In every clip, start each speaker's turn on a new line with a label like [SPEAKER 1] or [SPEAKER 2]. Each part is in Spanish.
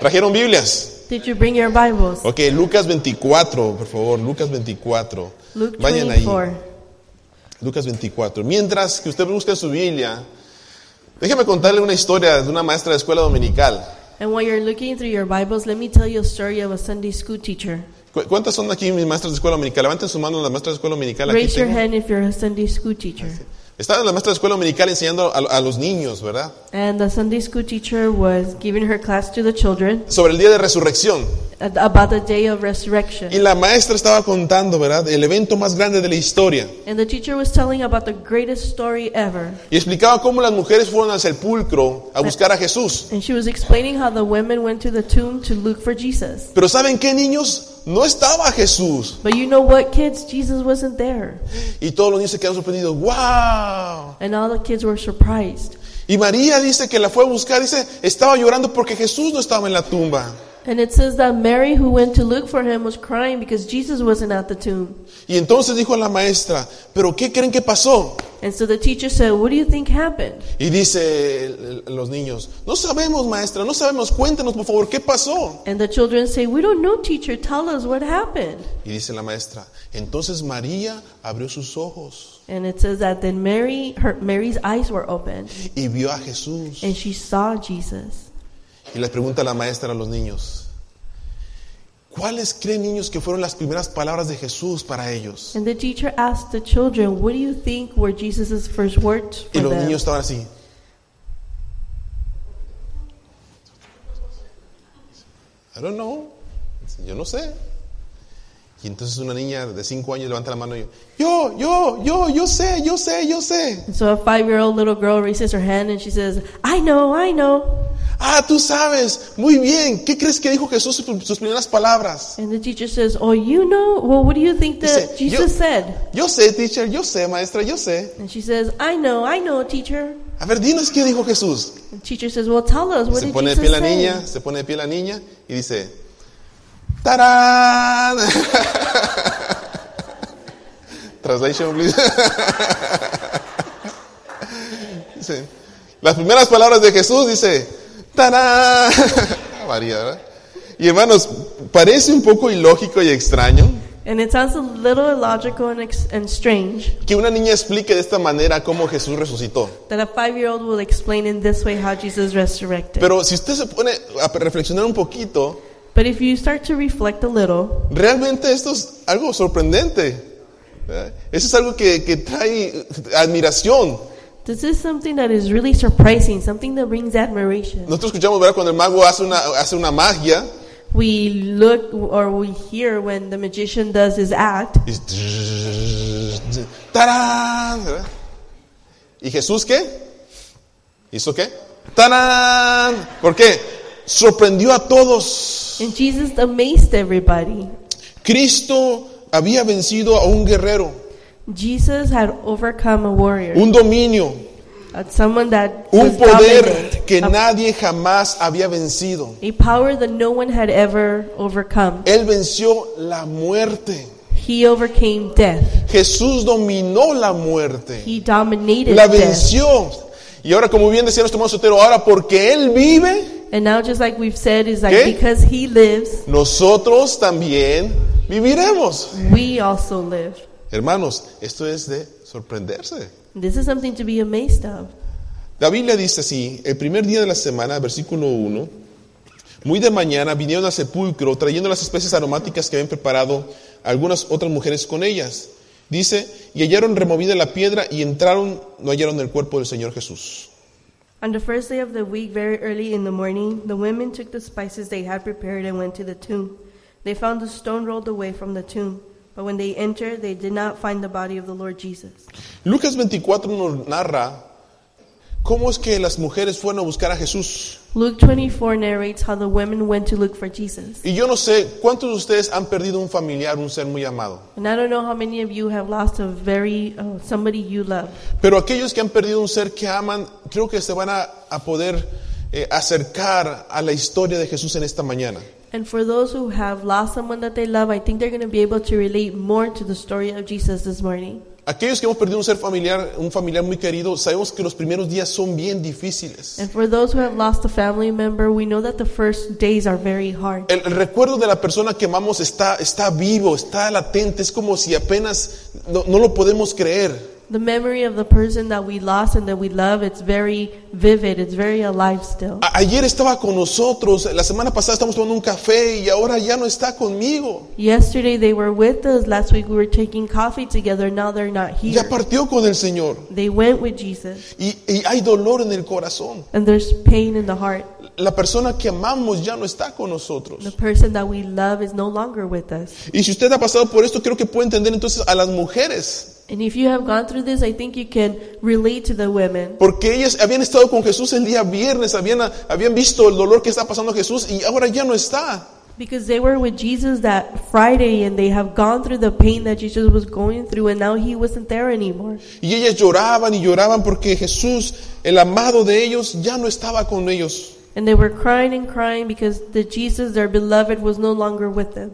[SPEAKER 1] ¿Trajeron Biblias?
[SPEAKER 2] Did you bring your Bibles?
[SPEAKER 1] Ok, Lucas 24, por favor, Lucas 24.
[SPEAKER 2] Luke
[SPEAKER 1] Vayan ahí.
[SPEAKER 2] 24.
[SPEAKER 1] Lucas 24. Mientras que usted busca su Biblia, déjeme contarle una historia de una maestra de escuela dominical.
[SPEAKER 2] And while you're looking through your Bibles, let me tell you a story of a Sunday school teacher.
[SPEAKER 1] ¿Cu- ¿Cuántas son aquí mis maestras de escuela dominical? Levanten su mano las maestras de escuela dominical. Aquí
[SPEAKER 2] Raise your
[SPEAKER 1] tengo.
[SPEAKER 2] hand if you're a Sunday school teacher.
[SPEAKER 1] Estaban las maestras de escuela dominical enseñando a, a los niños, ¿verdad?
[SPEAKER 2] And the Sunday school teacher was giving her class to the children
[SPEAKER 1] Sobre el día de resurrección.
[SPEAKER 2] at- about the day of
[SPEAKER 1] Y
[SPEAKER 2] resurrection.
[SPEAKER 1] la maestra estaba contando, ¿verdad? El evento más grande de la historia.
[SPEAKER 2] And the teacher was telling about the greatest story ever.
[SPEAKER 1] Y explicaba cómo las mujeres fueron al sepulcro a buscar a Jesús.
[SPEAKER 2] And she was explaining how the women went to the tomb to look for Jesus.
[SPEAKER 1] Pero ¿saben qué, niños? No estaba Jesús.
[SPEAKER 2] But you know what, kids? Jesus wasn't there.
[SPEAKER 1] Y todos los niños se quedaron sorprendidos. ¡Wow!
[SPEAKER 2] And all the kids were surprised.
[SPEAKER 1] Y María dice que la fue a buscar. Dice, estaba llorando porque Jesús no estaba en la tumba.
[SPEAKER 2] And it says that Mary, who went to look for him, was crying because Jesus wasn't at the tomb.
[SPEAKER 1] Y entonces dijo a la maestra, ¿pero qué creen que pasó?
[SPEAKER 2] And so the teacher said, What do you think happened?
[SPEAKER 1] Y dice el- el- los niños, no sabemos, maestra, no sabemos. Cuéntenos, por favor, ¿qué pasó?
[SPEAKER 2] And the children say, We don't know, teacher. Tell us what happened.
[SPEAKER 1] Y dice la maestra, entonces María abrió sus ojos
[SPEAKER 2] And it says that then Mary, her, Mary's eyes were opened
[SPEAKER 1] y vio a Jesús.
[SPEAKER 2] and she saw Jesus.
[SPEAKER 1] Y les pregunta la maestra a los niños, ¿cuáles creen, niños, que fueron las primeras palabras de Jesús para ellos?
[SPEAKER 2] And the teacher asked the children, What do you think were Jesus' first words
[SPEAKER 1] Y
[SPEAKER 2] for
[SPEAKER 1] los
[SPEAKER 2] them?
[SPEAKER 1] niños estaban así. I don't know. Yo no sé. Y entonces una niña de 5 años levanta la mano y yo, yo, yo, yo sé, yo sé, yo sé.
[SPEAKER 2] And so a five year old little girl raises her hand and she says, I know, I know.
[SPEAKER 1] Ah, tú sabes. Muy bien. ¿Qué crees que dijo Jesús sus, sus primeras palabras?
[SPEAKER 2] And the teacher says, Oh, you know? Well, what do you think that
[SPEAKER 1] said,
[SPEAKER 2] Jesus
[SPEAKER 1] "You-"
[SPEAKER 2] said?
[SPEAKER 1] Yo sé, teacher, yo sé, maestra, yo sé.
[SPEAKER 2] And she says, I know, I know, teacher.
[SPEAKER 1] A ver, dinos qué dijo Jesús.
[SPEAKER 2] And teacher says, Well, tell us, what
[SPEAKER 1] se
[SPEAKER 2] did
[SPEAKER 1] pone de
[SPEAKER 2] Jesus
[SPEAKER 1] pie la
[SPEAKER 2] say?
[SPEAKER 1] niña, se pone de pie la niña y dice, ¡Tarán! Translation, please. Dice, las primeras palabras de Jesús dice, ¡Tarán! María, ¿verdad? Y hermanos, parece un poco ilógico y extraño
[SPEAKER 2] And it sounds a little illogical and, ex- and strange
[SPEAKER 1] que una niña explique de esta manera cómo Jesús resucitó.
[SPEAKER 2] that a five year old will explain in this way how Jesus resurrected.
[SPEAKER 1] Pero si usted se pone a reflexionar un poquito,
[SPEAKER 2] but if you start to reflect a little,
[SPEAKER 1] Realmente esto es algo sorprendente. ¿verdad? Eso es algo que, que trae admiración.
[SPEAKER 2] this is something that is really surprising, something that brings admiration.
[SPEAKER 1] Nosotros escuchamos, ¿verdad? Cuando el mago hace una, hace una magia
[SPEAKER 2] We look or we hear when the magician does his act,
[SPEAKER 1] y, es- ¡Tarán! ¿verdad? ¿Y Jesús qué? ¿Hizo qué? ¡Tarán! ¿Por qué? Sorprendió a todos.
[SPEAKER 2] and Jesus amazed everybody.
[SPEAKER 1] Cristo había vencido a un guerrero,
[SPEAKER 2] Jesus had overcome a warrior,
[SPEAKER 1] un dominio,
[SPEAKER 2] uh, someone that was
[SPEAKER 1] un poder
[SPEAKER 2] dominant,
[SPEAKER 1] que
[SPEAKER 2] a
[SPEAKER 1] nadie jamás había vencido.
[SPEAKER 2] a power that no one had ever overcome.
[SPEAKER 1] Él venció la muerte.
[SPEAKER 2] He overcame death.
[SPEAKER 1] Jesús dominó la muerte.
[SPEAKER 2] He dominated
[SPEAKER 1] La
[SPEAKER 2] death.
[SPEAKER 1] venció. Y ahora, como bien decía nuestro hermano Sotero, ahora porque Él vive,
[SPEAKER 2] And now, just like we've said, is like
[SPEAKER 1] ¿Qué?
[SPEAKER 2] because he lives,
[SPEAKER 1] nosotros también viviremos.
[SPEAKER 2] we also live.
[SPEAKER 1] Hermanos, esto es de sorprenderse.
[SPEAKER 2] This is something to be amazed of.
[SPEAKER 1] La Biblia dice así, el primer día de la semana, versículo 1, muy de mañana vinieron al sepulcro trayendo las especies aromáticas que habían preparado algunas otras mujeres con ellas. Dice, y hallaron removida la piedra y entraron, no hallaron el cuerpo del Señor Jesús.
[SPEAKER 2] On the first day of the week, very early in the morning, the women took the spices they had prepared and went to the tomb. They found the stone rolled away from the tomb, but when they entered, they did not find the body of the Lord Jesus.
[SPEAKER 1] Lucas 24 nos narra cómo es que las mujeres fueron a buscar a Jesús.
[SPEAKER 2] Luke 24 narrates how the women went to look for Jesus.
[SPEAKER 1] Y yo no sé cuántos de ustedes han perdido un familiar, un ser muy amado.
[SPEAKER 2] And I don't know how many of you have lost a very uh, somebody you love.
[SPEAKER 1] Pero aquellos que han perdido un ser que aman, creo que se van a, a poder eh, acercar a la historia de Jesús en esta mañana.
[SPEAKER 2] And for those who have lost someone that they love, I think they're going to be able to relate more to the story of Jesus this morning.
[SPEAKER 1] Aquellos que hemos perdido un ser familiar, un familiar muy querido, sabemos que los primeros días son bien difíciles.
[SPEAKER 2] And for those who have lost a family member, we know that the first days are very hard.
[SPEAKER 1] El, el recuerdo de la persona que amamos está, está vivo, está latente, es como si apenas no, no lo podemos creer.
[SPEAKER 2] The memory of the person that we lost and that we love, it's very vivid, it's very alive still.
[SPEAKER 1] A- ayer estaba con nosotros, la semana pasada estamos tomando un café y ahora ya no está conmigo.
[SPEAKER 2] Yesterday they were with us, last week we were taking coffee together, now they're not here.
[SPEAKER 1] Ya partió con el Señor
[SPEAKER 2] They went with Jesus,
[SPEAKER 1] y, y hay dolor en el corazón.
[SPEAKER 2] and there's pain in the heart.
[SPEAKER 1] La persona que amamos ya no está con
[SPEAKER 2] The
[SPEAKER 1] nosotros.
[SPEAKER 2] person that we love is no longer with us.
[SPEAKER 1] Y si usted ha pasado por esto, creo que puede entender entonces a las mujeres.
[SPEAKER 2] And if you have gone through this, I think you can relate to the women.
[SPEAKER 1] Porque ellas habían estado con Jesús el día viernes, habían, habían visto el dolor que está pasando Jesús y ahora ya no está.
[SPEAKER 2] Because they were with Jesus that Friday and they have gone through the pain that Jesus was going through and now he wasn't there anymore.
[SPEAKER 1] Y ellas lloraban y lloraban porque Jesús, el amado de ellos, ya no estaba con ellos.
[SPEAKER 2] And they were crying and crying because the Jesus, their beloved, was no longer with them.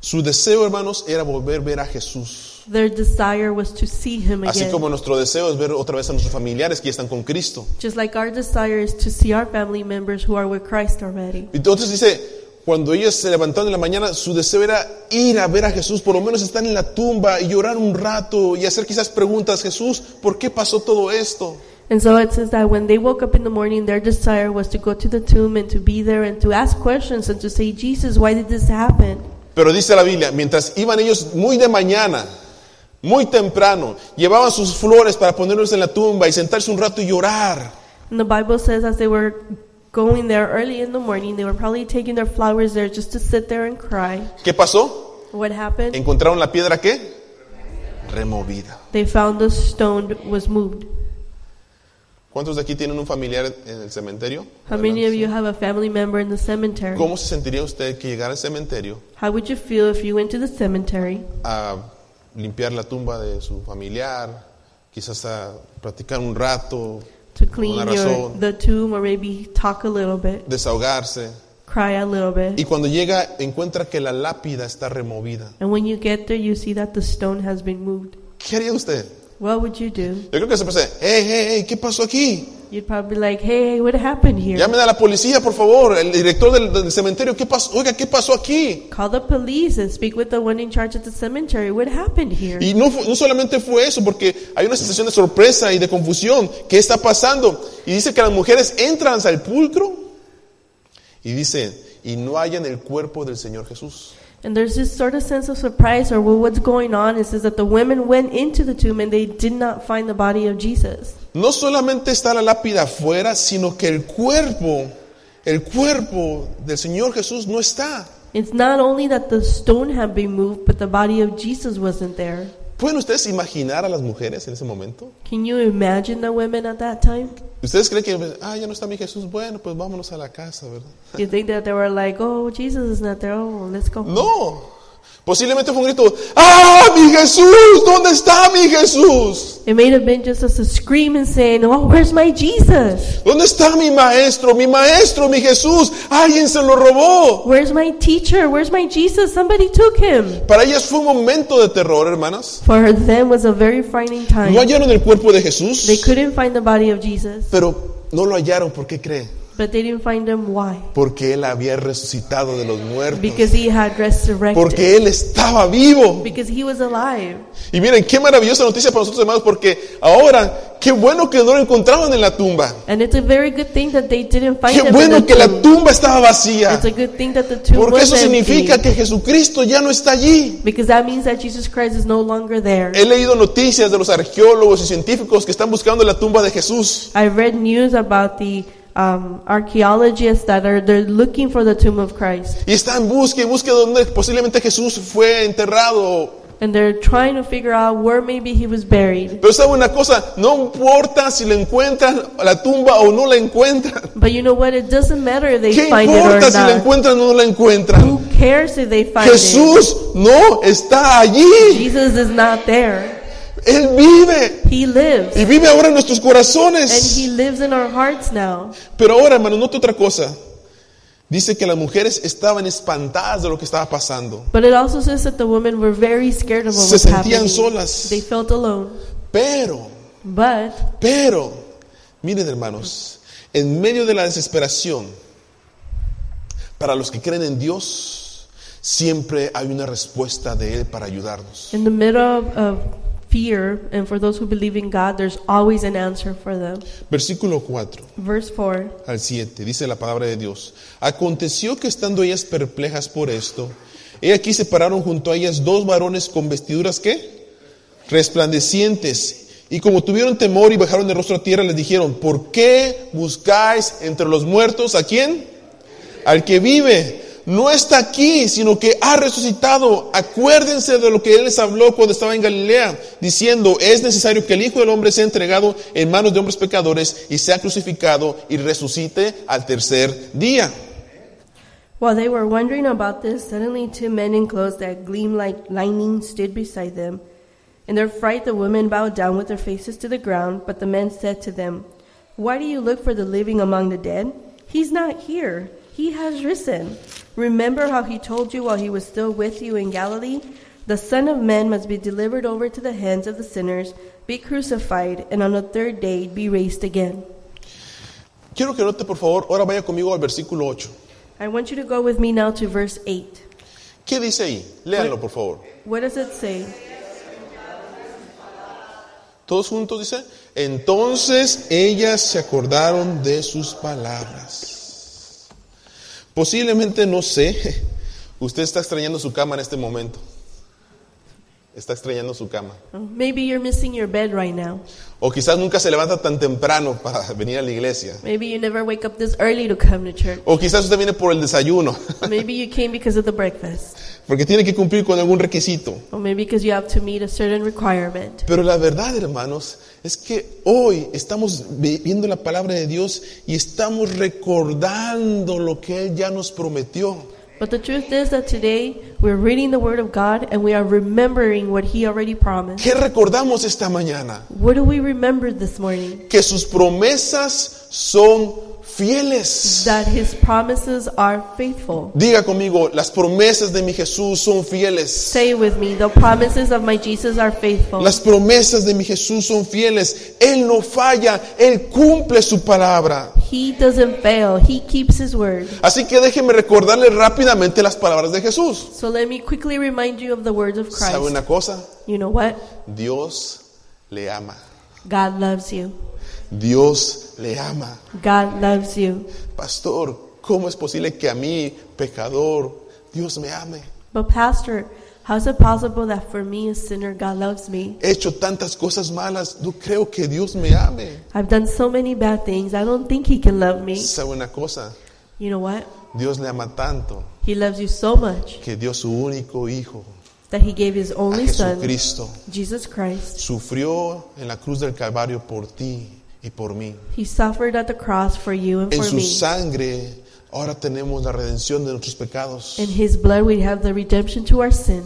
[SPEAKER 1] Su deseo, hermanos, era volver a ver a Jesús.
[SPEAKER 2] Their desire was to see him
[SPEAKER 1] Así
[SPEAKER 2] again.
[SPEAKER 1] como nuestro deseo es ver otra vez a nuestros familiares que ya están con Cristo.
[SPEAKER 2] Just like our desire is to see our family members who are with Christ already.
[SPEAKER 1] Entonces dice, cuando ellas se levantaron en la mañana, su deseo era ir a ver a Jesús, por lo menos estar en la tumba y llorar un rato y hacer quizás preguntas, Jesús, ¿por qué pasó todo esto?
[SPEAKER 2] And so it says that when they woke up in the morning, their desire was to go to the tomb and to be there and to ask questions and to say, Jesus, why did this happen?
[SPEAKER 1] Pero dice la Biblia, mientras iban ellos muy de mañana, muy temprano, llevaban sus flores para ponerlos en la tumba y sentarse un rato y llorar.
[SPEAKER 2] And the Bible says as they were going there early in the morning, they were probably taking their flowers there just to sit there and cry.
[SPEAKER 1] ¿Qué pasó?
[SPEAKER 2] What happened?
[SPEAKER 1] Encontraron la piedra qué? Removida.
[SPEAKER 2] They found the stone was moved.
[SPEAKER 1] ¿Cuántos de aquí tienen un familiar en el cementerio?
[SPEAKER 2] How many of you have a family member in the cemetery?
[SPEAKER 1] ¿Cómo se sentiría usted que llegara al cementerio
[SPEAKER 2] How would you feel if you went to the cemetery
[SPEAKER 1] a limpiar la tumba de su familiar, quizás a platicar un rato,
[SPEAKER 2] to clean
[SPEAKER 1] Una
[SPEAKER 2] your,
[SPEAKER 1] razón.
[SPEAKER 2] the tomb or maybe talk a little bit,
[SPEAKER 1] desahogarse?
[SPEAKER 2] cry a little bit?
[SPEAKER 1] Y cuando llega encuentra que la lápida está removida.
[SPEAKER 2] And when you get there, you see that the stone has been moved.
[SPEAKER 1] ¿Qué haría usted?
[SPEAKER 2] What would you do?
[SPEAKER 1] Yo creo que se pasa, hey, hey, hey, ¿qué pasó aquí?
[SPEAKER 2] You'd probably be like, hey, hey, what happened here?
[SPEAKER 1] Llamen a la policía, por favor, el director del, del cementerio, ¿qué pasó? Oiga, ¿qué pasó aquí?
[SPEAKER 2] Call the police and speak with the one in charge at the cemetery. What happened here?
[SPEAKER 1] Y no, fu- no solamente fue eso, porque hay una sensación de sorpresa y de confusión. ¿Qué está pasando? Y dice que las mujeres entran al pulcro y dicen, y no hallan el cuerpo del Señor Jesús.
[SPEAKER 2] And there's this sort of sense of surprise or well, what's going on. It says that the women went into the tomb and they did not find the body of Jesus.
[SPEAKER 1] No solamente está la lápida afuera, sino que el cuerpo, el cuerpo del Señor Jesús no está.
[SPEAKER 2] It's not only that the stone had been moved, but the body of Jesus wasn't there.
[SPEAKER 1] ¿Pueden ustedes imaginar a las mujeres en ese momento?
[SPEAKER 2] Can you imagine the women at that time?
[SPEAKER 1] ¿Ustedes creen que, ah, ya no está mi Jesús? Bueno, pues vámonos a la casa, ¿verdad?
[SPEAKER 2] Do you think that they were like, oh, Jesus is not there. Oh, let's go. home."
[SPEAKER 1] No. Posiblemente fue un grito, ah, mi Jesús, ¿dónde está mi Jesús?
[SPEAKER 2] It may have been just as a scream and saying, oh, where's my Jesus?
[SPEAKER 1] ¿Dónde está mi maestro? Mi maestro, mi Jesús, alguien se lo robó.
[SPEAKER 2] Where's my teacher? Where's my Jesus? Somebody took him.
[SPEAKER 1] Para ellas fue un momento de terror, hermanas.
[SPEAKER 2] For them was a very frightening time.
[SPEAKER 1] No hallaron el cuerpo de
[SPEAKER 2] They
[SPEAKER 1] Jesús,
[SPEAKER 2] couldn't find the body of Jesus,
[SPEAKER 1] pero no lo hallaron, ¿por qué cree?
[SPEAKER 2] but they didn't find him. Why?
[SPEAKER 1] Porque él había resucitado de los muertos.
[SPEAKER 2] Because he had resurrected.
[SPEAKER 1] Porque él estaba vivo.
[SPEAKER 2] Because he was alive.
[SPEAKER 1] Y miren, qué maravillosa noticia para nosotros, hermanos, porque ahora, qué bueno que no lo encontraron en la tumba.
[SPEAKER 2] And it's a very good thing that they didn't find
[SPEAKER 1] Qué
[SPEAKER 2] him in
[SPEAKER 1] bueno
[SPEAKER 2] the
[SPEAKER 1] que
[SPEAKER 2] tomb.
[SPEAKER 1] la tumba estaba vacía.
[SPEAKER 2] It's a good thing that the tomb
[SPEAKER 1] Porque
[SPEAKER 2] was
[SPEAKER 1] eso significa
[SPEAKER 2] empty.
[SPEAKER 1] que Jesucristo ya no está allí.
[SPEAKER 2] Because that means that Jesus Christ is no longer there.
[SPEAKER 1] He leído noticias de los arqueólogos y científicos que están buscando la tumba de Jesús.
[SPEAKER 2] I read news about the um, archaeologists that are they're looking for the tomb of Christ,
[SPEAKER 1] Y están busque y busque donde posiblemente Jesús fue enterrado.
[SPEAKER 2] and they're trying to figure out where maybe he was buried.
[SPEAKER 1] Pero sabe una cosa, no importa si la encuentran la tumba o no la encuentran.
[SPEAKER 2] But you know what? It doesn't matter if they
[SPEAKER 1] ¿Qué
[SPEAKER 2] find it or
[SPEAKER 1] importa si la
[SPEAKER 2] not.
[SPEAKER 1] encuentran o no la encuentran?
[SPEAKER 2] Who cares if they find it?
[SPEAKER 1] Jesús no está allí.
[SPEAKER 2] Jesus is not there.
[SPEAKER 1] Él vive.
[SPEAKER 2] He lives.
[SPEAKER 1] Y vive ahora en nuestros
[SPEAKER 2] And
[SPEAKER 1] corazones.
[SPEAKER 2] he lives in our hearts now.
[SPEAKER 1] Pero ahora, hermano, nota otra cosa. dice que las mujeres estaban espantadas de lo que estaba pasando,
[SPEAKER 2] But it also says that the women were very scared of what
[SPEAKER 1] Se
[SPEAKER 2] was
[SPEAKER 1] sentían
[SPEAKER 2] happening.
[SPEAKER 1] solas.
[SPEAKER 2] They felt alone.
[SPEAKER 1] pero,
[SPEAKER 2] But
[SPEAKER 1] pero, miren hermanos, en medio de la desesperación, para los que creen en Dios, siempre hay una respuesta de Él para ayudarnos.
[SPEAKER 2] in the middle of, of fear, and for those who believe in God, there's always an answer for them.
[SPEAKER 1] Versículo 4.
[SPEAKER 2] Verse 4
[SPEAKER 1] al 7, dice la palabra de Dios. Aconteció que estando ellas perplejas por esto, he aquí se pararon junto a ellas dos varones con vestiduras que resplandecientes. Y como tuvieron temor y bajaron el rostro a tierra, les dijeron, ¿por qué buscáis entre los muertos a quién? Al que vive. No está aquí, sino que ha resucitado. Acuérdense de lo que él les habló cuando estaba en Galilea, diciendo, es necesario que el Hijo del Hombre sea entregado en manos de hombres pecadores y sea crucificado y resucite al tercer día.
[SPEAKER 2] While they were wondering about this, suddenly two men in clothes that gleamed like lightning stood beside them. In their fright, the women bowed down with their faces to the ground, but the men said to them, Why do you look for the living among the dead? He's not here. He has risen. Remember how he told you while he was still with you in Galilee? The Son of Man must be delivered over to the hands of the sinners, be crucified, and on the third day be raised again.
[SPEAKER 1] Quiero que note, por favor, ahora vaya conmigo al versículo 8.
[SPEAKER 2] I want you to go with me now to verse 8.
[SPEAKER 1] ¿Qué dice ahí? Léanlo, por favor.
[SPEAKER 2] What does it say?
[SPEAKER 1] Todos juntos dice, entonces ellas se acordaron de sus palabras. Posiblemente, no sé, usted está extrañando su cama en este momento. Está extrañando su cama.
[SPEAKER 2] Maybe you're missing your bed right now.
[SPEAKER 1] O quizás nunca se levanta tan temprano para venir a la iglesia.
[SPEAKER 2] Maybe you never wake up this early to come to church.
[SPEAKER 1] O quizás usted viene por el desayuno,
[SPEAKER 2] Maybe you came because of the breakfast.
[SPEAKER 1] porque tiene que cumplir con algún requisito.
[SPEAKER 2] Or maybe because you have to meet a certain requirement.
[SPEAKER 1] Pero la verdad, hermanos, es que hoy estamos vi- viendo la palabra de Dios y estamos recordando lo que Él ya nos prometió.
[SPEAKER 2] But the truth is that today we're reading the Word of God and we are remembering what He already promised.
[SPEAKER 1] ¿Qué recordamos esta mañana?
[SPEAKER 2] What do we remember this morning?
[SPEAKER 1] Que sus promesas son fieles.
[SPEAKER 2] That His promises are faithful.
[SPEAKER 1] Diga conmigo, las promesas de mi Jesús son fieles.
[SPEAKER 2] Say it with me the promises of my Jesus are faithful.
[SPEAKER 1] Las promesas de mi Jesús son fieles. Él no falla, Él cumple su palabra.
[SPEAKER 2] He doesn't fail, He keeps His word.
[SPEAKER 1] Así que déjeme recordarle rápidamente las palabras de Jesús.
[SPEAKER 2] So let me quickly remind you of the words of
[SPEAKER 1] ¿Sabe
[SPEAKER 2] Christ.
[SPEAKER 1] una cosa?
[SPEAKER 2] You know what?
[SPEAKER 1] Dios le ama.
[SPEAKER 2] God loves you.
[SPEAKER 1] Dios le ama.
[SPEAKER 2] God loves you.
[SPEAKER 1] Pastor, ¿cómo es posible que a mí, pecador, Dios me ame?
[SPEAKER 2] But, Pastor, how is it possible that for me, a sinner, God loves me?
[SPEAKER 1] He hecho tantas cosas malas, no creo que Dios me ame.
[SPEAKER 2] I've done so many bad things. I don't think He can love me.
[SPEAKER 1] ¿Sabe una cosa?
[SPEAKER 2] You know what?
[SPEAKER 1] Dios le ama tanto
[SPEAKER 2] He loves you so much
[SPEAKER 1] que dio su único hijo,
[SPEAKER 2] that He gave His
[SPEAKER 1] a
[SPEAKER 2] only Son,
[SPEAKER 1] Jesucristo.
[SPEAKER 2] Jesus Christ.
[SPEAKER 1] Sufrió en la cruz del Calvario por ti y por mí.
[SPEAKER 2] He suffered at the cross for you and
[SPEAKER 1] En
[SPEAKER 2] for
[SPEAKER 1] su
[SPEAKER 2] me.
[SPEAKER 1] sangre ahora tenemos la redención de nuestros pecados.
[SPEAKER 2] In His blood, we have the redemption to our sin.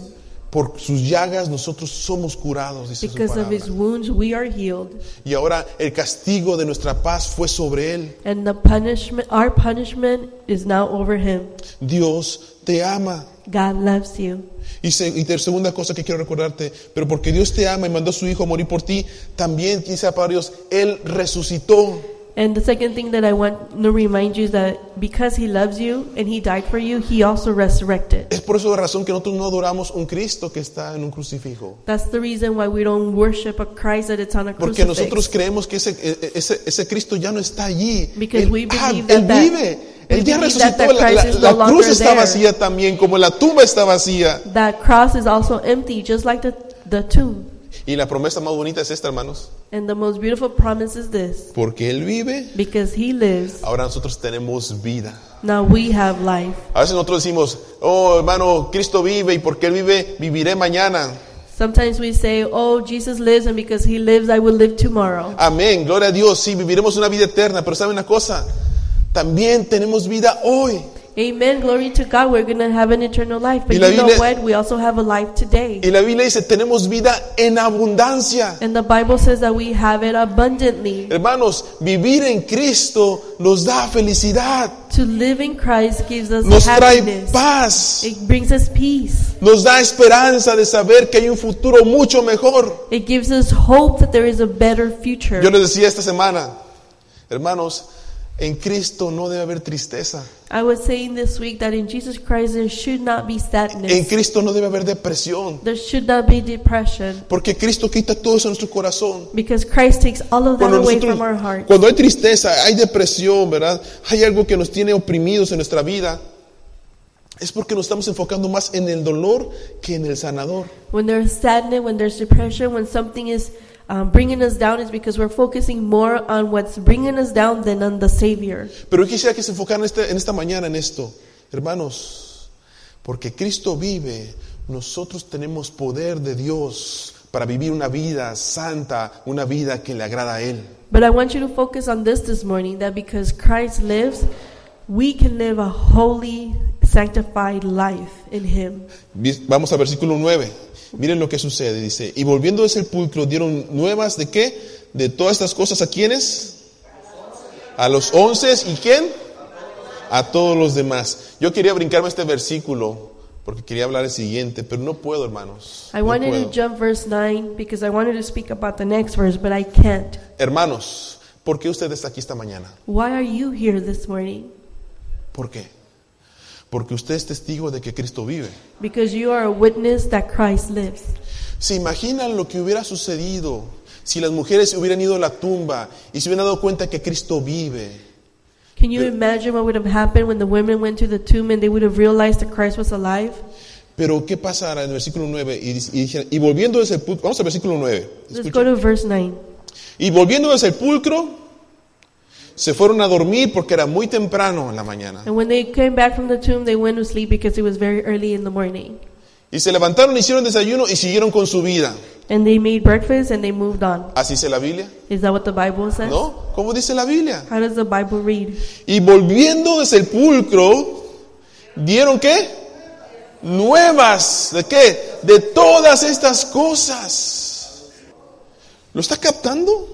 [SPEAKER 1] Por sus llagas nosotros somos curados, dice su
[SPEAKER 2] Because of His
[SPEAKER 1] palabra.
[SPEAKER 2] wounds, we are healed.
[SPEAKER 1] Y ahora el castigo de nuestra paz fue sobre él.
[SPEAKER 2] And the punishment, our punishment is now over Him.
[SPEAKER 1] Dios te ama.
[SPEAKER 2] God loves you.
[SPEAKER 1] Y, se- y ter- segunda cosa que quiero recordarte, pero porque Dios te ama y mandó a su Hijo a morir por ti, también quizá para Dios, Él resucitó.
[SPEAKER 2] And the second thing that I want to remind you is that because he loves you and he died for you, he also resurrected.
[SPEAKER 1] Es por eso la razón que nosotros no adoramos un Cristo que está en un crucifijo.
[SPEAKER 2] That's the reason why we don't worship a Christ that it's on a
[SPEAKER 1] Porque nosotros
[SPEAKER 2] crucifix.
[SPEAKER 1] creemos que ese, e- ese, ese Cristo ya no está allí.
[SPEAKER 2] Because
[SPEAKER 1] él,
[SPEAKER 2] we
[SPEAKER 1] ah,
[SPEAKER 2] believe
[SPEAKER 1] él
[SPEAKER 2] that that-
[SPEAKER 1] vive.
[SPEAKER 2] we
[SPEAKER 1] Él ya
[SPEAKER 2] believe
[SPEAKER 1] resucitó.
[SPEAKER 2] that that
[SPEAKER 1] La, la-
[SPEAKER 2] Christ is
[SPEAKER 1] la
[SPEAKER 2] no longer
[SPEAKER 1] cruz está
[SPEAKER 2] there.
[SPEAKER 1] vacía también, como la tumba está vacía.
[SPEAKER 2] That cross is also empty, just like the, the tomb.
[SPEAKER 1] Y la promesa más bonita es esta, hermanos.
[SPEAKER 2] And the most beautiful promise is this
[SPEAKER 1] Porque Él vive,
[SPEAKER 2] because he lives,
[SPEAKER 1] ahora nosotros tenemos vida.
[SPEAKER 2] now we have life.
[SPEAKER 1] A veces nosotros decimos, oh hermano, Cristo vive y porque Él vive, viviré mañana.
[SPEAKER 2] Sometimes we say, Oh, Jesus lives, and because he lives, I will live tomorrow.
[SPEAKER 1] Amén, gloria a Dios, sí, viviremos una vida eterna, pero ¿saben una cosa? También tenemos vida hoy.
[SPEAKER 2] Amen. Glory to God. We're going to have an eternal life. But
[SPEAKER 1] Y
[SPEAKER 2] you
[SPEAKER 1] la
[SPEAKER 2] know
[SPEAKER 1] Biblia-
[SPEAKER 2] what? We also have a life today.
[SPEAKER 1] Y la Biblia dice, tenemos vida en abundancia.
[SPEAKER 2] And the Bible says that we have it abundantly.
[SPEAKER 1] Hermanos, vivir en Cristo nos da felicidad,
[SPEAKER 2] To live in Christ gives us
[SPEAKER 1] nos trae
[SPEAKER 2] happiness.
[SPEAKER 1] paz,
[SPEAKER 2] It brings us peace.
[SPEAKER 1] nos da esperanza de saber que hay un futuro mucho mejor.
[SPEAKER 2] It gives us hope that there is a better future.
[SPEAKER 1] Yo les decía esta semana, hermanos, en Cristo no debe haber tristeza,
[SPEAKER 2] I was saying this week that in Jesus Christ there should not be
[SPEAKER 1] en
[SPEAKER 2] sadness.
[SPEAKER 1] Cristo no debe haber depresión,
[SPEAKER 2] There should not be depression.
[SPEAKER 1] porque Cristo quita todo eso de nuestro corazón.
[SPEAKER 2] Because Christ takes all of that
[SPEAKER 1] Cuando,
[SPEAKER 2] away
[SPEAKER 1] nosotros-
[SPEAKER 2] from our heart.
[SPEAKER 1] cuando hay tristeza, hay depresión, ¿verdad? Hay algo que nos tiene oprimidos en nuestra vida. Es porque nos estamos enfocando más en el dolor que en el sanador.
[SPEAKER 2] When there's sadness, when there's depression, when something is um, bringing us down, it's because we're focusing more on what's bringing us down than on the Savior.
[SPEAKER 1] Pero yo quisiera que se enfocaran este- en esta mañana en esto. Hermanos, porque Cristo vive, nosotros tenemos poder de Dios para vivir una vida santa, una vida que le agrada a Él.
[SPEAKER 2] But I want you to focus on this this morning that because Christ lives, we can live a holy, sanctified life in Him.
[SPEAKER 1] Vi- Vamos al versículo 9. Miren lo que sucede. Dice, y volviendo del sepulcro dieron nuevas de qué? De todas estas cosas a quiénes? A los once. ¿Y quién? A todos los demás. Yo quería brincarme este versículo porque quería hablar el siguiente, pero no puedo, hermanos.
[SPEAKER 2] I
[SPEAKER 1] No
[SPEAKER 2] wanted
[SPEAKER 1] puedo.
[SPEAKER 2] to jump verse 9 because I wanted to speak about the next verse, but I can't.
[SPEAKER 1] Hermanos, ¿por qué usted está aquí esta mañana?
[SPEAKER 2] Why are you here this morning?
[SPEAKER 1] ¿Por qué? Porque usted es testigo de que Cristo vive.
[SPEAKER 2] Because you are a witness that Christ lives.
[SPEAKER 1] ¿Se imaginan lo que hubiera sucedido si las mujeres hubieran ido a la tumba y se hubieran dado cuenta que Cristo vive?
[SPEAKER 2] Can you imagine what would have happened when the women went to the tomb and they would have realized that Christ was alive?
[SPEAKER 1] Pero ¿qué pasará en el versículo 9? Y, dice- y dijeron- y volviendo del sepulcro, vamos al versículo 9.
[SPEAKER 2] Let's go to verse 9.
[SPEAKER 1] Y volviendo del sepulcro, se fueron a dormir porque era muy temprano en la mañana.
[SPEAKER 2] And when they came back from the tomb, they went to sleep because it was very early in the morning.
[SPEAKER 1] Y se levantaron, hicieron desayuno y siguieron con su vida.
[SPEAKER 2] And they made breakfast and they moved on.
[SPEAKER 1] ¿Así dice la Biblia?
[SPEAKER 2] Is that what the Bible says?
[SPEAKER 1] ¿No? ¿Cómo dice la Biblia?
[SPEAKER 2] How does the Bible read?
[SPEAKER 1] Y volviendo del sepulcro, dieron qué? Nuevas. ¿De qué? De todas estas cosas. ¿Lo está captando?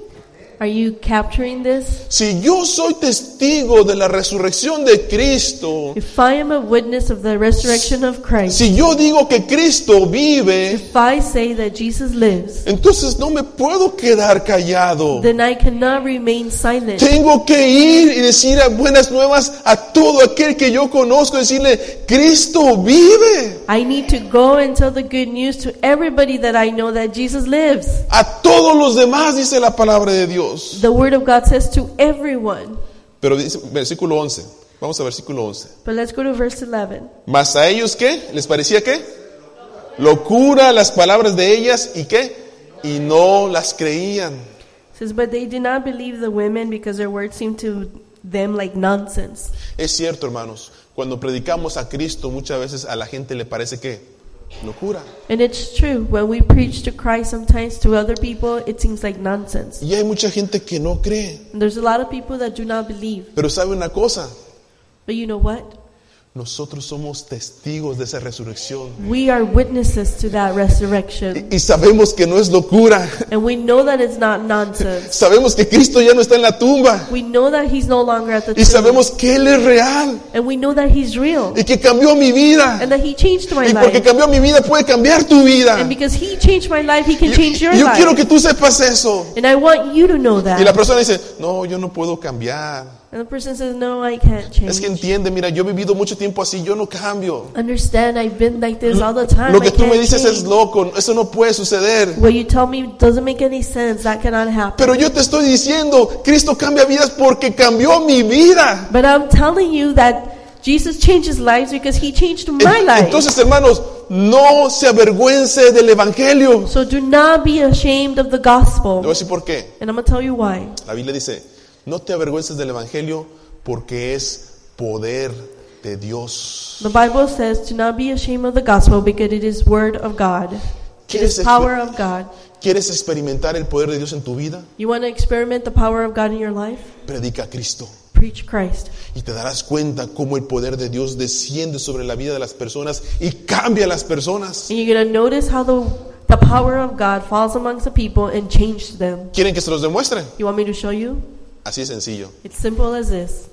[SPEAKER 2] Are you capturing this?
[SPEAKER 1] Si yo soy testigo de la resurrección de Cristo,
[SPEAKER 2] If I am a witness of the resurrection of Christ,
[SPEAKER 1] si yo digo que Cristo vive,
[SPEAKER 2] if I say that Jesus lives,
[SPEAKER 1] entonces no me puedo quedar callado.
[SPEAKER 2] then I cannot remain silent.
[SPEAKER 1] Tengo que ir y decir a buenas nuevas a todo aquel que yo conozco, decirle, Cristo vive.
[SPEAKER 2] I need to go and tell the good news to everybody that I know that Jesus lives.
[SPEAKER 1] A todos los demás, dice la palabra de Dios.
[SPEAKER 2] The word of God says to everyone.
[SPEAKER 1] Pero dice, versículo 11. Vamos a versículo 11.
[SPEAKER 2] But let's go to verse 11.
[SPEAKER 1] Mas a ellos, ¿qué? ¿Les parecía qué? Locura las palabras de ellas y qué? Y no las creían.
[SPEAKER 2] It says, But they did not believe the women because their words seemed to them like nonsense.
[SPEAKER 1] Es cierto, hermanos. Cuando predicamos a Cristo, muchas veces a la gente le parece que locura.
[SPEAKER 2] And it's true. When we preach to Christ, sometimes to other people, it seems like nonsense.
[SPEAKER 1] Y hay mucha gente que no cree.
[SPEAKER 2] And there's a lot of people that do not believe.
[SPEAKER 1] Pero sabe una cosa,
[SPEAKER 2] But you know what?
[SPEAKER 1] nosotros somos testigos de esa resurrección.
[SPEAKER 2] We are witnesses to that resurrection.
[SPEAKER 1] Y sabemos que no es locura.
[SPEAKER 2] And we know that it's not nonsense.
[SPEAKER 1] Sabemos que Cristo ya no está en la tumba.
[SPEAKER 2] We know that He's no longer at the
[SPEAKER 1] Y
[SPEAKER 2] tomb.
[SPEAKER 1] sabemos que Él es real.
[SPEAKER 2] And we know that He's real.
[SPEAKER 1] y que cambió mi vida.
[SPEAKER 2] And that He changed my
[SPEAKER 1] Y porque
[SPEAKER 2] life.
[SPEAKER 1] cambió mi vida puede cambiar tu vida.
[SPEAKER 2] And because He changed my life, He can
[SPEAKER 1] Y-
[SPEAKER 2] change your
[SPEAKER 1] y yo quiero
[SPEAKER 2] life.
[SPEAKER 1] que tú sepas eso.
[SPEAKER 2] And I want you to know
[SPEAKER 1] Y la
[SPEAKER 2] that.
[SPEAKER 1] persona dice, no, yo no puedo cambiar.
[SPEAKER 2] And the person says, No, I can't change.
[SPEAKER 1] Es que entiende, mira, yo he vivido mucho tiempo así, yo no cambio.
[SPEAKER 2] Understand, I've been like this all the time.
[SPEAKER 1] Lo que
[SPEAKER 2] I
[SPEAKER 1] tú me
[SPEAKER 2] can't
[SPEAKER 1] dices es
[SPEAKER 2] change.
[SPEAKER 1] loco, eso no puede suceder.
[SPEAKER 2] What you tell me doesn't make any sense. That cannot happen.
[SPEAKER 1] Pero yo te estoy diciendo, Cristo cambia vidas porque cambió mi vida.
[SPEAKER 2] But I'm telling you that Jesus changes lives because he changed my
[SPEAKER 1] En-
[SPEAKER 2] life.
[SPEAKER 1] Entonces, hermanos, no se avergüence del Evangelio. Te
[SPEAKER 2] so do not be ashamed of the gospel.
[SPEAKER 1] voy a decir por qué.
[SPEAKER 2] And I'm going to tell you why.
[SPEAKER 1] La Biblia dice, no te avergüences del Evangelio porque es poder de Dios.
[SPEAKER 2] The Bible says to not be ashamed of the gospel because it is word of God. It
[SPEAKER 1] ¿Quieres,
[SPEAKER 2] is
[SPEAKER 1] exper-
[SPEAKER 2] power of God.
[SPEAKER 1] quieres experimentar el poder de Dios en tu vida?
[SPEAKER 2] You want to experiment the power of God in your life?
[SPEAKER 1] Predica a Cristo.
[SPEAKER 2] preach Christ.
[SPEAKER 1] Y te darás cuenta cómo el poder de Dios desciende sobre la vida de las personas y cambia a las personas.
[SPEAKER 2] And you're going to notice how the, the power of God falls amongst the people and changes them.
[SPEAKER 1] ¿Quieren que se los demuestre?
[SPEAKER 2] You want me to show you?
[SPEAKER 1] Así de sencillo.
[SPEAKER 2] It's simple as this.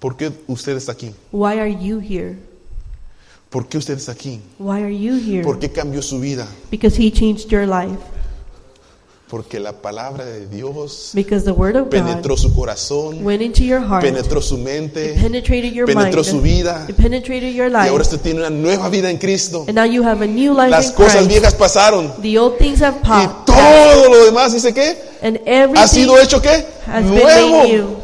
[SPEAKER 1] ¿Por qué usted está aquí?
[SPEAKER 2] Why are you here?
[SPEAKER 1] ¿Por qué usted está aquí?
[SPEAKER 2] Why are you here?
[SPEAKER 1] ¿Por qué cambió su vida?
[SPEAKER 2] Because he changed your life.
[SPEAKER 1] Porque la palabra de Dios
[SPEAKER 2] Because the word of
[SPEAKER 1] penetró
[SPEAKER 2] God
[SPEAKER 1] su corazón,
[SPEAKER 2] went into your heart,
[SPEAKER 1] penetró su mente,
[SPEAKER 2] penetrated your mind,
[SPEAKER 1] penetró su
[SPEAKER 2] it
[SPEAKER 1] vida.
[SPEAKER 2] penetrated your
[SPEAKER 1] Y ahora
[SPEAKER 2] life,
[SPEAKER 1] usted tiene una nueva vida en Cristo.
[SPEAKER 2] and now you have a new life
[SPEAKER 1] Las
[SPEAKER 2] in
[SPEAKER 1] cosas
[SPEAKER 2] Christ.
[SPEAKER 1] viejas pasaron.
[SPEAKER 2] The old things have
[SPEAKER 1] Y
[SPEAKER 2] popped,
[SPEAKER 1] todo lo demás, dice que,
[SPEAKER 2] and
[SPEAKER 1] ha
[SPEAKER 2] everything
[SPEAKER 1] sido hecho que,
[SPEAKER 2] has been made
[SPEAKER 1] nuevo.
[SPEAKER 2] new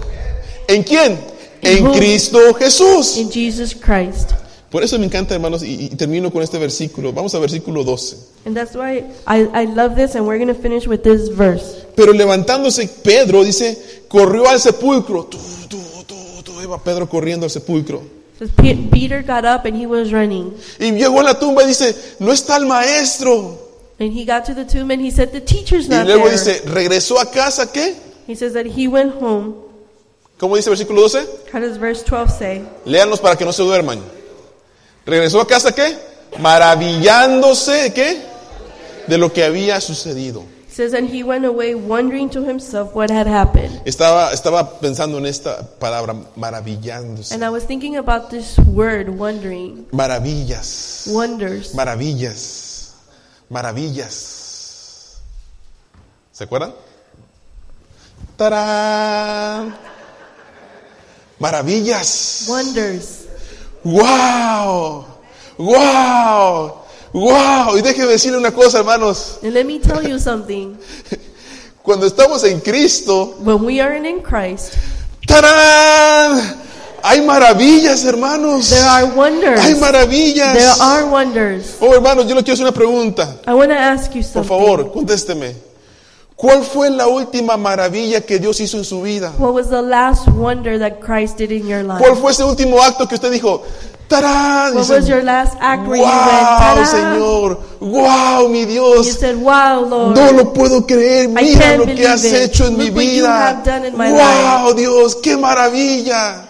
[SPEAKER 1] ¿En quién?
[SPEAKER 2] In
[SPEAKER 1] En
[SPEAKER 2] whom?
[SPEAKER 1] Cristo Jesús.
[SPEAKER 2] in Jesus Christ.
[SPEAKER 1] Por eso me encanta, hermanos, y, y termino con este versículo. Vamos al versículo 12.
[SPEAKER 2] And that's why I, I love this, and we're going to finish with this verse.
[SPEAKER 1] Pero levantándose Pedro, dice, corrió al sepulcro. Tú, tú, tú, tú, iba Pedro corriendo al sepulcro.
[SPEAKER 2] It says, "Pe- Peter got up and he was running.
[SPEAKER 1] Y llegó a la tumba y dice, no está el maestro.
[SPEAKER 2] And he got to the tomb and he said, The teacher's
[SPEAKER 1] Y
[SPEAKER 2] not
[SPEAKER 1] luego
[SPEAKER 2] there.
[SPEAKER 1] dice, regresó a casa, ¿qué?
[SPEAKER 2] he says that he went home.
[SPEAKER 1] ¿Cómo dice el versículo 12?
[SPEAKER 2] How does verse 12 say?
[SPEAKER 1] Léanos para que no se duerman. Regresó a casa, ¿qué? Maravillándose, ¿qué? De lo que había sucedido.
[SPEAKER 2] It says, And he went away wondering to himself what had happened.
[SPEAKER 1] Estaba, estaba pensando en esta palabra, maravillándose.
[SPEAKER 2] And I was thinking about this word, wondering,
[SPEAKER 1] Maravillas,
[SPEAKER 2] wonders.
[SPEAKER 1] maravillas, maravillas. ¿Se acuerdan? ¡Tarán! Maravillas.
[SPEAKER 2] Wonders.
[SPEAKER 1] ¡Wow! ¡Wow! ¡Wow! Y déjenme decirle una cosa, hermanos.
[SPEAKER 2] And let me tell you something.
[SPEAKER 1] Cuando estamos en Cristo,
[SPEAKER 2] When we are in Christ,
[SPEAKER 1] ¡tarán! Hay maravillas, hermanos.
[SPEAKER 2] there are wonders.
[SPEAKER 1] Hay maravillas.
[SPEAKER 2] There are wonders.
[SPEAKER 1] Oh, hermanos, yo le quiero hacer una pregunta.
[SPEAKER 2] I want to ask you
[SPEAKER 1] Por
[SPEAKER 2] something.
[SPEAKER 1] favor, contésteme. ¿Cuál fue la última maravilla que Dios hizo en su vida?
[SPEAKER 2] What was the last wonder that Christ did in your life?
[SPEAKER 1] ¿Cuál fue ese último acto que usted dijo? ¡Tarán!
[SPEAKER 2] What was your last act where you went,
[SPEAKER 1] ¡Wow,
[SPEAKER 2] "Ta-da!"
[SPEAKER 1] Señor! ¡Wow, mi
[SPEAKER 2] You
[SPEAKER 1] Dios!
[SPEAKER 2] said, Wow, Lord.
[SPEAKER 1] No lo puedo creer,
[SPEAKER 2] I
[SPEAKER 1] mira
[SPEAKER 2] can't
[SPEAKER 1] lo que
[SPEAKER 2] believe
[SPEAKER 1] has
[SPEAKER 2] it.
[SPEAKER 1] hecho en
[SPEAKER 2] Look
[SPEAKER 1] mi
[SPEAKER 2] what you
[SPEAKER 1] vida.
[SPEAKER 2] have done in my
[SPEAKER 1] Wow, Dios, qué maravilla.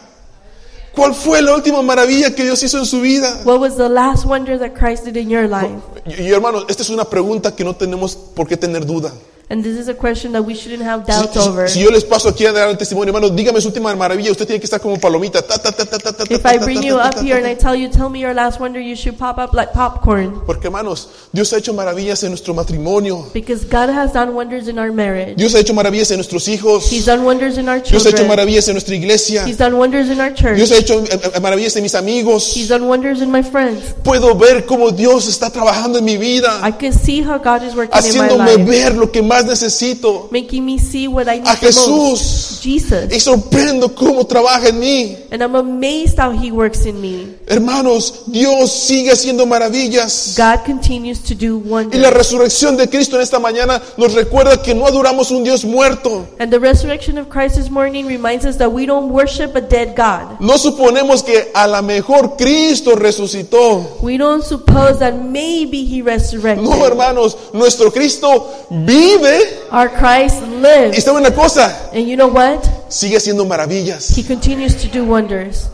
[SPEAKER 1] ¿Cuál fue la última maravilla que Dios hizo en su vida?
[SPEAKER 2] What was the last wonder that Christ did in your life?
[SPEAKER 1] Y, y, hermanos, esta es una pregunta que no tenemos por qué tener duda.
[SPEAKER 2] And this is a question that we shouldn't have
[SPEAKER 1] Si,
[SPEAKER 2] doubts
[SPEAKER 1] si-
[SPEAKER 2] over.
[SPEAKER 1] si yo les paso aquí a dar el testimonio, hermanos, dígame su última maravilla. Usted tiene que estar como palomita. Ta, ta, ta, ta, ta, ta, ta,
[SPEAKER 2] If
[SPEAKER 1] ta,
[SPEAKER 2] I
[SPEAKER 1] ta,
[SPEAKER 2] bring
[SPEAKER 1] ta,
[SPEAKER 2] you
[SPEAKER 1] ta,
[SPEAKER 2] up
[SPEAKER 1] ta,
[SPEAKER 2] here
[SPEAKER 1] ta,
[SPEAKER 2] and I tell you, tell me your last wonder, you should pop up like popcorn.
[SPEAKER 1] Porque, hermanos, Dios ha hecho maravillas en nuestro matrimonio.
[SPEAKER 2] Because God has done wonders in our marriage.
[SPEAKER 1] Dios ha hecho maravillas en nuestros hijos.
[SPEAKER 2] He's done wonders in our
[SPEAKER 1] Dios ha hecho
[SPEAKER 2] children.
[SPEAKER 1] maravillas en nuestra iglesia.
[SPEAKER 2] He's done wonders in our
[SPEAKER 1] Dios
[SPEAKER 2] church.
[SPEAKER 1] ha hecho eh, eh, maravillas en mis amigos.
[SPEAKER 2] He's done wonders in my friends.
[SPEAKER 1] Puedo ver cómo Dios está trabajando en mi vida,
[SPEAKER 2] I can see how God is working in my
[SPEAKER 1] haciéndome
[SPEAKER 2] life,
[SPEAKER 1] ver lo que más necesito
[SPEAKER 2] making me see what I need
[SPEAKER 1] a
[SPEAKER 2] the
[SPEAKER 1] Jesús.
[SPEAKER 2] most. Jesus.
[SPEAKER 1] Y sorprendo cómo trabaja en mí.
[SPEAKER 2] And I'm amazed how He works in me.
[SPEAKER 1] Hermanos, Dios sigue haciendo maravillas.
[SPEAKER 2] God continues to do
[SPEAKER 1] Y la
[SPEAKER 2] wonders.
[SPEAKER 1] resurrección de Cristo en esta mañana nos recuerda que no adoramos un Dios muerto.
[SPEAKER 2] And the resurrection of Christ this morning reminds us that we don't worship a dead God.
[SPEAKER 1] No suponemos que a lo mejor Cristo resucitó.
[SPEAKER 2] We don't suppose that maybe he resurrected.
[SPEAKER 1] No, hermanos, nuestro Cristo vive.
[SPEAKER 2] Our Christ
[SPEAKER 1] Y
[SPEAKER 2] lives.
[SPEAKER 1] saben una cosa,
[SPEAKER 2] And you know what?
[SPEAKER 1] sigue haciendo maravillas.
[SPEAKER 2] He continues to do wonders.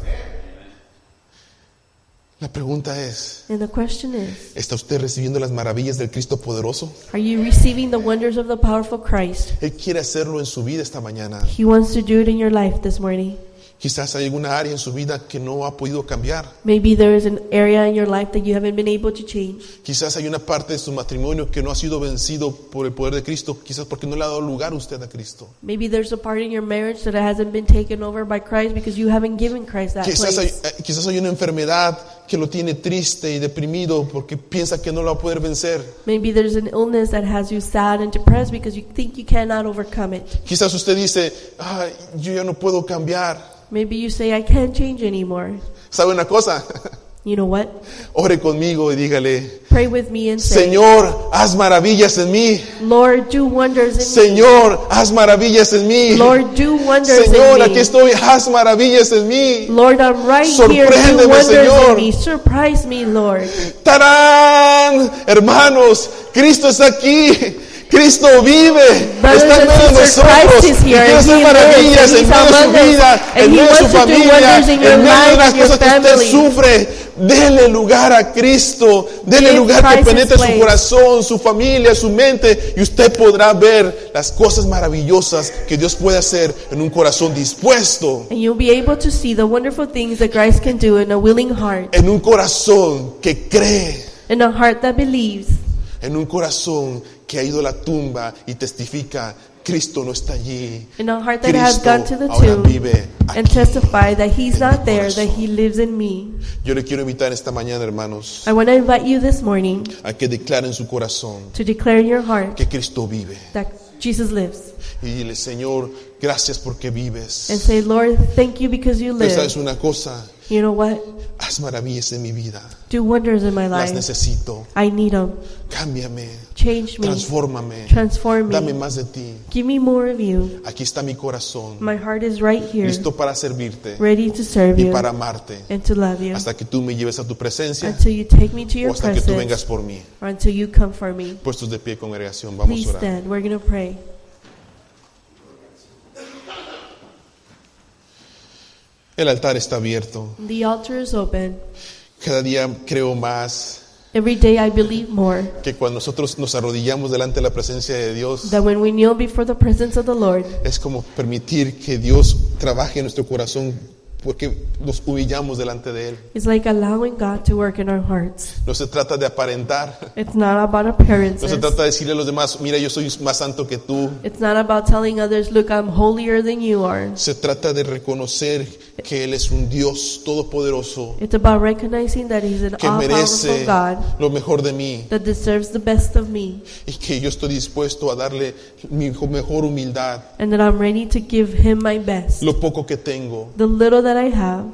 [SPEAKER 1] La pregunta es,
[SPEAKER 2] And the question is,
[SPEAKER 1] ¿está usted recibiendo las maravillas del Cristo poderoso?
[SPEAKER 2] are you receiving the wonders of the powerful Christ?
[SPEAKER 1] Él quiere hacerlo en su vida esta mañana.
[SPEAKER 2] He wants to do it in your life this morning.
[SPEAKER 1] Quizás hay alguna área en su vida que no ha podido cambiar.
[SPEAKER 2] Maybe there is an area in your life that you haven't been able to change.
[SPEAKER 1] Quizás hay una parte de su matrimonio que no ha sido vencido por el poder de Cristo. Quizás porque no le ha dado lugar usted a Cristo.
[SPEAKER 2] Maybe there's a part in your marriage that hasn't been taken over by Christ because you haven't given Christ that
[SPEAKER 1] Quizás hay,
[SPEAKER 2] place.
[SPEAKER 1] eh, quizás hay una enfermedad que lo tiene triste y deprimido porque piensa que no lo va a poder vencer.
[SPEAKER 2] Maybe there's an illness that has you sad and depressed because you think you cannot overcome it.
[SPEAKER 1] Quizás usted dice, "Ay, yo ya no puedo cambiar.
[SPEAKER 2] Maybe you say, I can't change anymore.
[SPEAKER 1] ¿Sabe una cosa?
[SPEAKER 2] You know what?
[SPEAKER 1] Ore conmigo y dígale,
[SPEAKER 2] Pray with me and say,
[SPEAKER 1] Señor, haz maravillas en mí.
[SPEAKER 2] Lord, do wonders in
[SPEAKER 1] Señor, haz maravillas en mí.
[SPEAKER 2] me. Lord, do wonders
[SPEAKER 1] Señor,
[SPEAKER 2] in
[SPEAKER 1] aquí
[SPEAKER 2] me.
[SPEAKER 1] estoy, haz maravillas en mí.
[SPEAKER 2] Lord, I'm right here.
[SPEAKER 1] Sorpréndeme,
[SPEAKER 2] Do wonders
[SPEAKER 1] Señor.
[SPEAKER 2] in me. Surprise me, Lord.
[SPEAKER 1] ¡Tarán! Hermanos, Cristo está aquí. Cristo vive,
[SPEAKER 2] Brothers
[SPEAKER 1] está en
[SPEAKER 2] and
[SPEAKER 1] medio de
[SPEAKER 2] sisters,
[SPEAKER 1] nosotros,
[SPEAKER 2] Christ
[SPEAKER 1] y
[SPEAKER 2] is here,
[SPEAKER 1] quiere
[SPEAKER 2] and
[SPEAKER 1] hacer
[SPEAKER 2] he
[SPEAKER 1] maravillas
[SPEAKER 2] lives, and
[SPEAKER 1] en medio de su
[SPEAKER 2] he's among us,
[SPEAKER 1] vida,
[SPEAKER 2] and
[SPEAKER 1] en
[SPEAKER 2] he
[SPEAKER 1] medio de su
[SPEAKER 2] wants to do
[SPEAKER 1] familia,
[SPEAKER 2] wonders in
[SPEAKER 1] en medio de
[SPEAKER 2] your life,
[SPEAKER 1] las
[SPEAKER 2] in your
[SPEAKER 1] cosas que usted
[SPEAKER 2] family.
[SPEAKER 1] sufre, dele lugar a Cristo, dele
[SPEAKER 2] Give
[SPEAKER 1] lugar que
[SPEAKER 2] Christ his
[SPEAKER 1] penetre su
[SPEAKER 2] place.
[SPEAKER 1] corazón, su familia, su mente, y usted podrá ver las cosas maravillosas que Dios puede hacer en un corazón dispuesto,
[SPEAKER 2] And you'll be able to see the wonderful things that Christ can do in a willing heart,
[SPEAKER 1] en un corazón que cree.
[SPEAKER 2] in a heart that believes,
[SPEAKER 1] en un corazón que ha ido a la tumba y testifica, Cristo no está allí.
[SPEAKER 2] in a heart that has
[SPEAKER 1] Cristo
[SPEAKER 2] gone to the
[SPEAKER 1] ahora
[SPEAKER 2] tomb
[SPEAKER 1] vive
[SPEAKER 2] and
[SPEAKER 1] aquí.
[SPEAKER 2] testify that he's
[SPEAKER 1] en mi
[SPEAKER 2] not there, that
[SPEAKER 1] corazón.
[SPEAKER 2] he lives in me.
[SPEAKER 1] Yo le quiero invitar esta mañana, hermanos,
[SPEAKER 2] I want to invite you this morning
[SPEAKER 1] a que declaren su corazón
[SPEAKER 2] to declare in your heart
[SPEAKER 1] que Cristo vive.
[SPEAKER 2] that Jesus lives
[SPEAKER 1] Y dile, Señor, gracias porque vives.
[SPEAKER 2] and say, Lord, thank you because you
[SPEAKER 1] Pero sabes
[SPEAKER 2] live.
[SPEAKER 1] una cosa,
[SPEAKER 2] You know what?
[SPEAKER 1] haz maravillas en mi vida.
[SPEAKER 2] Do wonders in my
[SPEAKER 1] Las
[SPEAKER 2] life.
[SPEAKER 1] necesito.
[SPEAKER 2] I need them.
[SPEAKER 1] Cámbiame,
[SPEAKER 2] Change me.
[SPEAKER 1] transfórmame,
[SPEAKER 2] Transform
[SPEAKER 1] dame
[SPEAKER 2] me.
[SPEAKER 1] más de ti.
[SPEAKER 2] Give me more of you.
[SPEAKER 1] Aquí está mi corazón,
[SPEAKER 2] My heart is right here,
[SPEAKER 1] listo para servirte
[SPEAKER 2] ready to serve
[SPEAKER 1] y
[SPEAKER 2] you
[SPEAKER 1] para amarte.
[SPEAKER 2] and to love you
[SPEAKER 1] hasta que tú me lleves a tu presencia
[SPEAKER 2] until you take me to
[SPEAKER 1] o
[SPEAKER 2] your
[SPEAKER 1] hasta que tú vengas
[SPEAKER 2] presence
[SPEAKER 1] por mí.
[SPEAKER 2] or until you come for me.
[SPEAKER 1] Puestos de pie, congregación, vamos
[SPEAKER 2] Please
[SPEAKER 1] a orar.
[SPEAKER 2] stand. We're going to pray.
[SPEAKER 1] El altar está abierto.
[SPEAKER 2] The altar is open.
[SPEAKER 1] Cada día creo más
[SPEAKER 2] Every day I believe more
[SPEAKER 1] que cuando nosotros nos arrodillamos delante de la presencia de Dios,
[SPEAKER 2] that when we kneel before the presence of the Lord,
[SPEAKER 1] es como permitir que Dios trabaje en nuestro corazón porque nos humillamos delante de Él.
[SPEAKER 2] it's like allowing God to work in our hearts.
[SPEAKER 1] No se trata de aparentar,
[SPEAKER 2] It's not about
[SPEAKER 1] no se
[SPEAKER 2] appearances.
[SPEAKER 1] trata de decirle a los demás, mira, yo soy más santo que tú.
[SPEAKER 2] It's not about telling others, look, I'm holier than you are.
[SPEAKER 1] Se trata de reconocer que Él es un Dios todopoderoso
[SPEAKER 2] It's about recognizing that He's an
[SPEAKER 1] que
[SPEAKER 2] all Ah, powerful
[SPEAKER 1] merece
[SPEAKER 2] God
[SPEAKER 1] lo mejor de mí.
[SPEAKER 2] that deserves the best of me
[SPEAKER 1] y que yo estoy dispuesto a darle mi mejor humildad,
[SPEAKER 2] and that I'm ready to give Him my best,
[SPEAKER 1] lo poco que tengo,
[SPEAKER 2] the little that I have,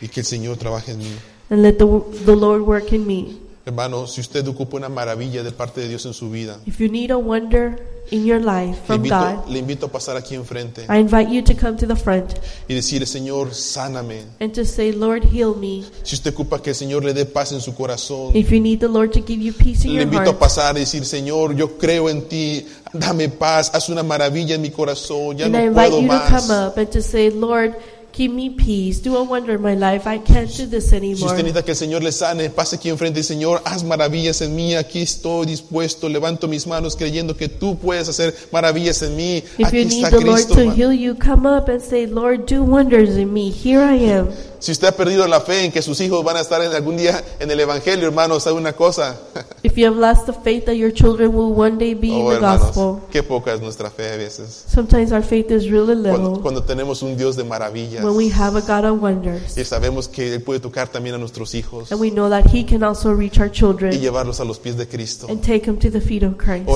[SPEAKER 1] y que el Señor trabaje en mí.
[SPEAKER 2] and let the, the Lord work in me.
[SPEAKER 1] Hermano, si usted ocupa una maravilla de parte de Dios en su vida,
[SPEAKER 2] If you need a wonder in your life
[SPEAKER 1] le
[SPEAKER 2] from
[SPEAKER 1] invito,
[SPEAKER 2] God,
[SPEAKER 1] le invito a pasar aquí enfrente
[SPEAKER 2] I invite you to come to the front
[SPEAKER 1] y decirle, Señor, sáname.
[SPEAKER 2] and to say, Lord, heal me.
[SPEAKER 1] Si usted ocupa que el Señor le dé paz en su corazón,
[SPEAKER 2] If you need the Lord to give you peace in
[SPEAKER 1] le
[SPEAKER 2] your
[SPEAKER 1] invito a
[SPEAKER 2] heart,
[SPEAKER 1] pasar y decir, Señor, yo creo en ti, dame paz, haz una maravilla en mi corazón, ya
[SPEAKER 2] and I
[SPEAKER 1] no
[SPEAKER 2] invite
[SPEAKER 1] puedo
[SPEAKER 2] you to come
[SPEAKER 1] más.
[SPEAKER 2] up and to say, Lord, give me peace, do a wonder in my life. I can't do this
[SPEAKER 1] Si usted
[SPEAKER 2] anymore.
[SPEAKER 1] necesita que el Señor le sane, pase aquí enfrente y Señor, haz maravillas en mí, aquí estoy dispuesto, levanto mis manos creyendo que tú puedes hacer maravillas en mí.
[SPEAKER 2] If
[SPEAKER 1] aquí
[SPEAKER 2] you need
[SPEAKER 1] está
[SPEAKER 2] the Lord
[SPEAKER 1] Cristo.
[SPEAKER 2] to
[SPEAKER 1] hermano.
[SPEAKER 2] heal you, come up and say, Lord, do wonders in me. Here I am.
[SPEAKER 1] Si usted ha perdido la fe en que sus hijos van a estar en algún día en el Evangelio, hermano, sabe una cosa.
[SPEAKER 2] If you have lost the faith that your children will one day be in
[SPEAKER 1] Oh,
[SPEAKER 2] the
[SPEAKER 1] hermanos,
[SPEAKER 2] gospel,
[SPEAKER 1] qué poca es nuestra fe a veces.
[SPEAKER 2] sometimes our faith is really
[SPEAKER 1] Cuando,
[SPEAKER 2] little
[SPEAKER 1] cuando tenemos un Dios de maravillas
[SPEAKER 2] when we have a God of wonders.
[SPEAKER 1] y sabemos que Él puede tocar también a nuestros hijos
[SPEAKER 2] And we know that He can also reach our
[SPEAKER 1] y
[SPEAKER 2] children
[SPEAKER 1] llevarlos a los pies de Cristo.
[SPEAKER 2] and take them to the feet of Christ.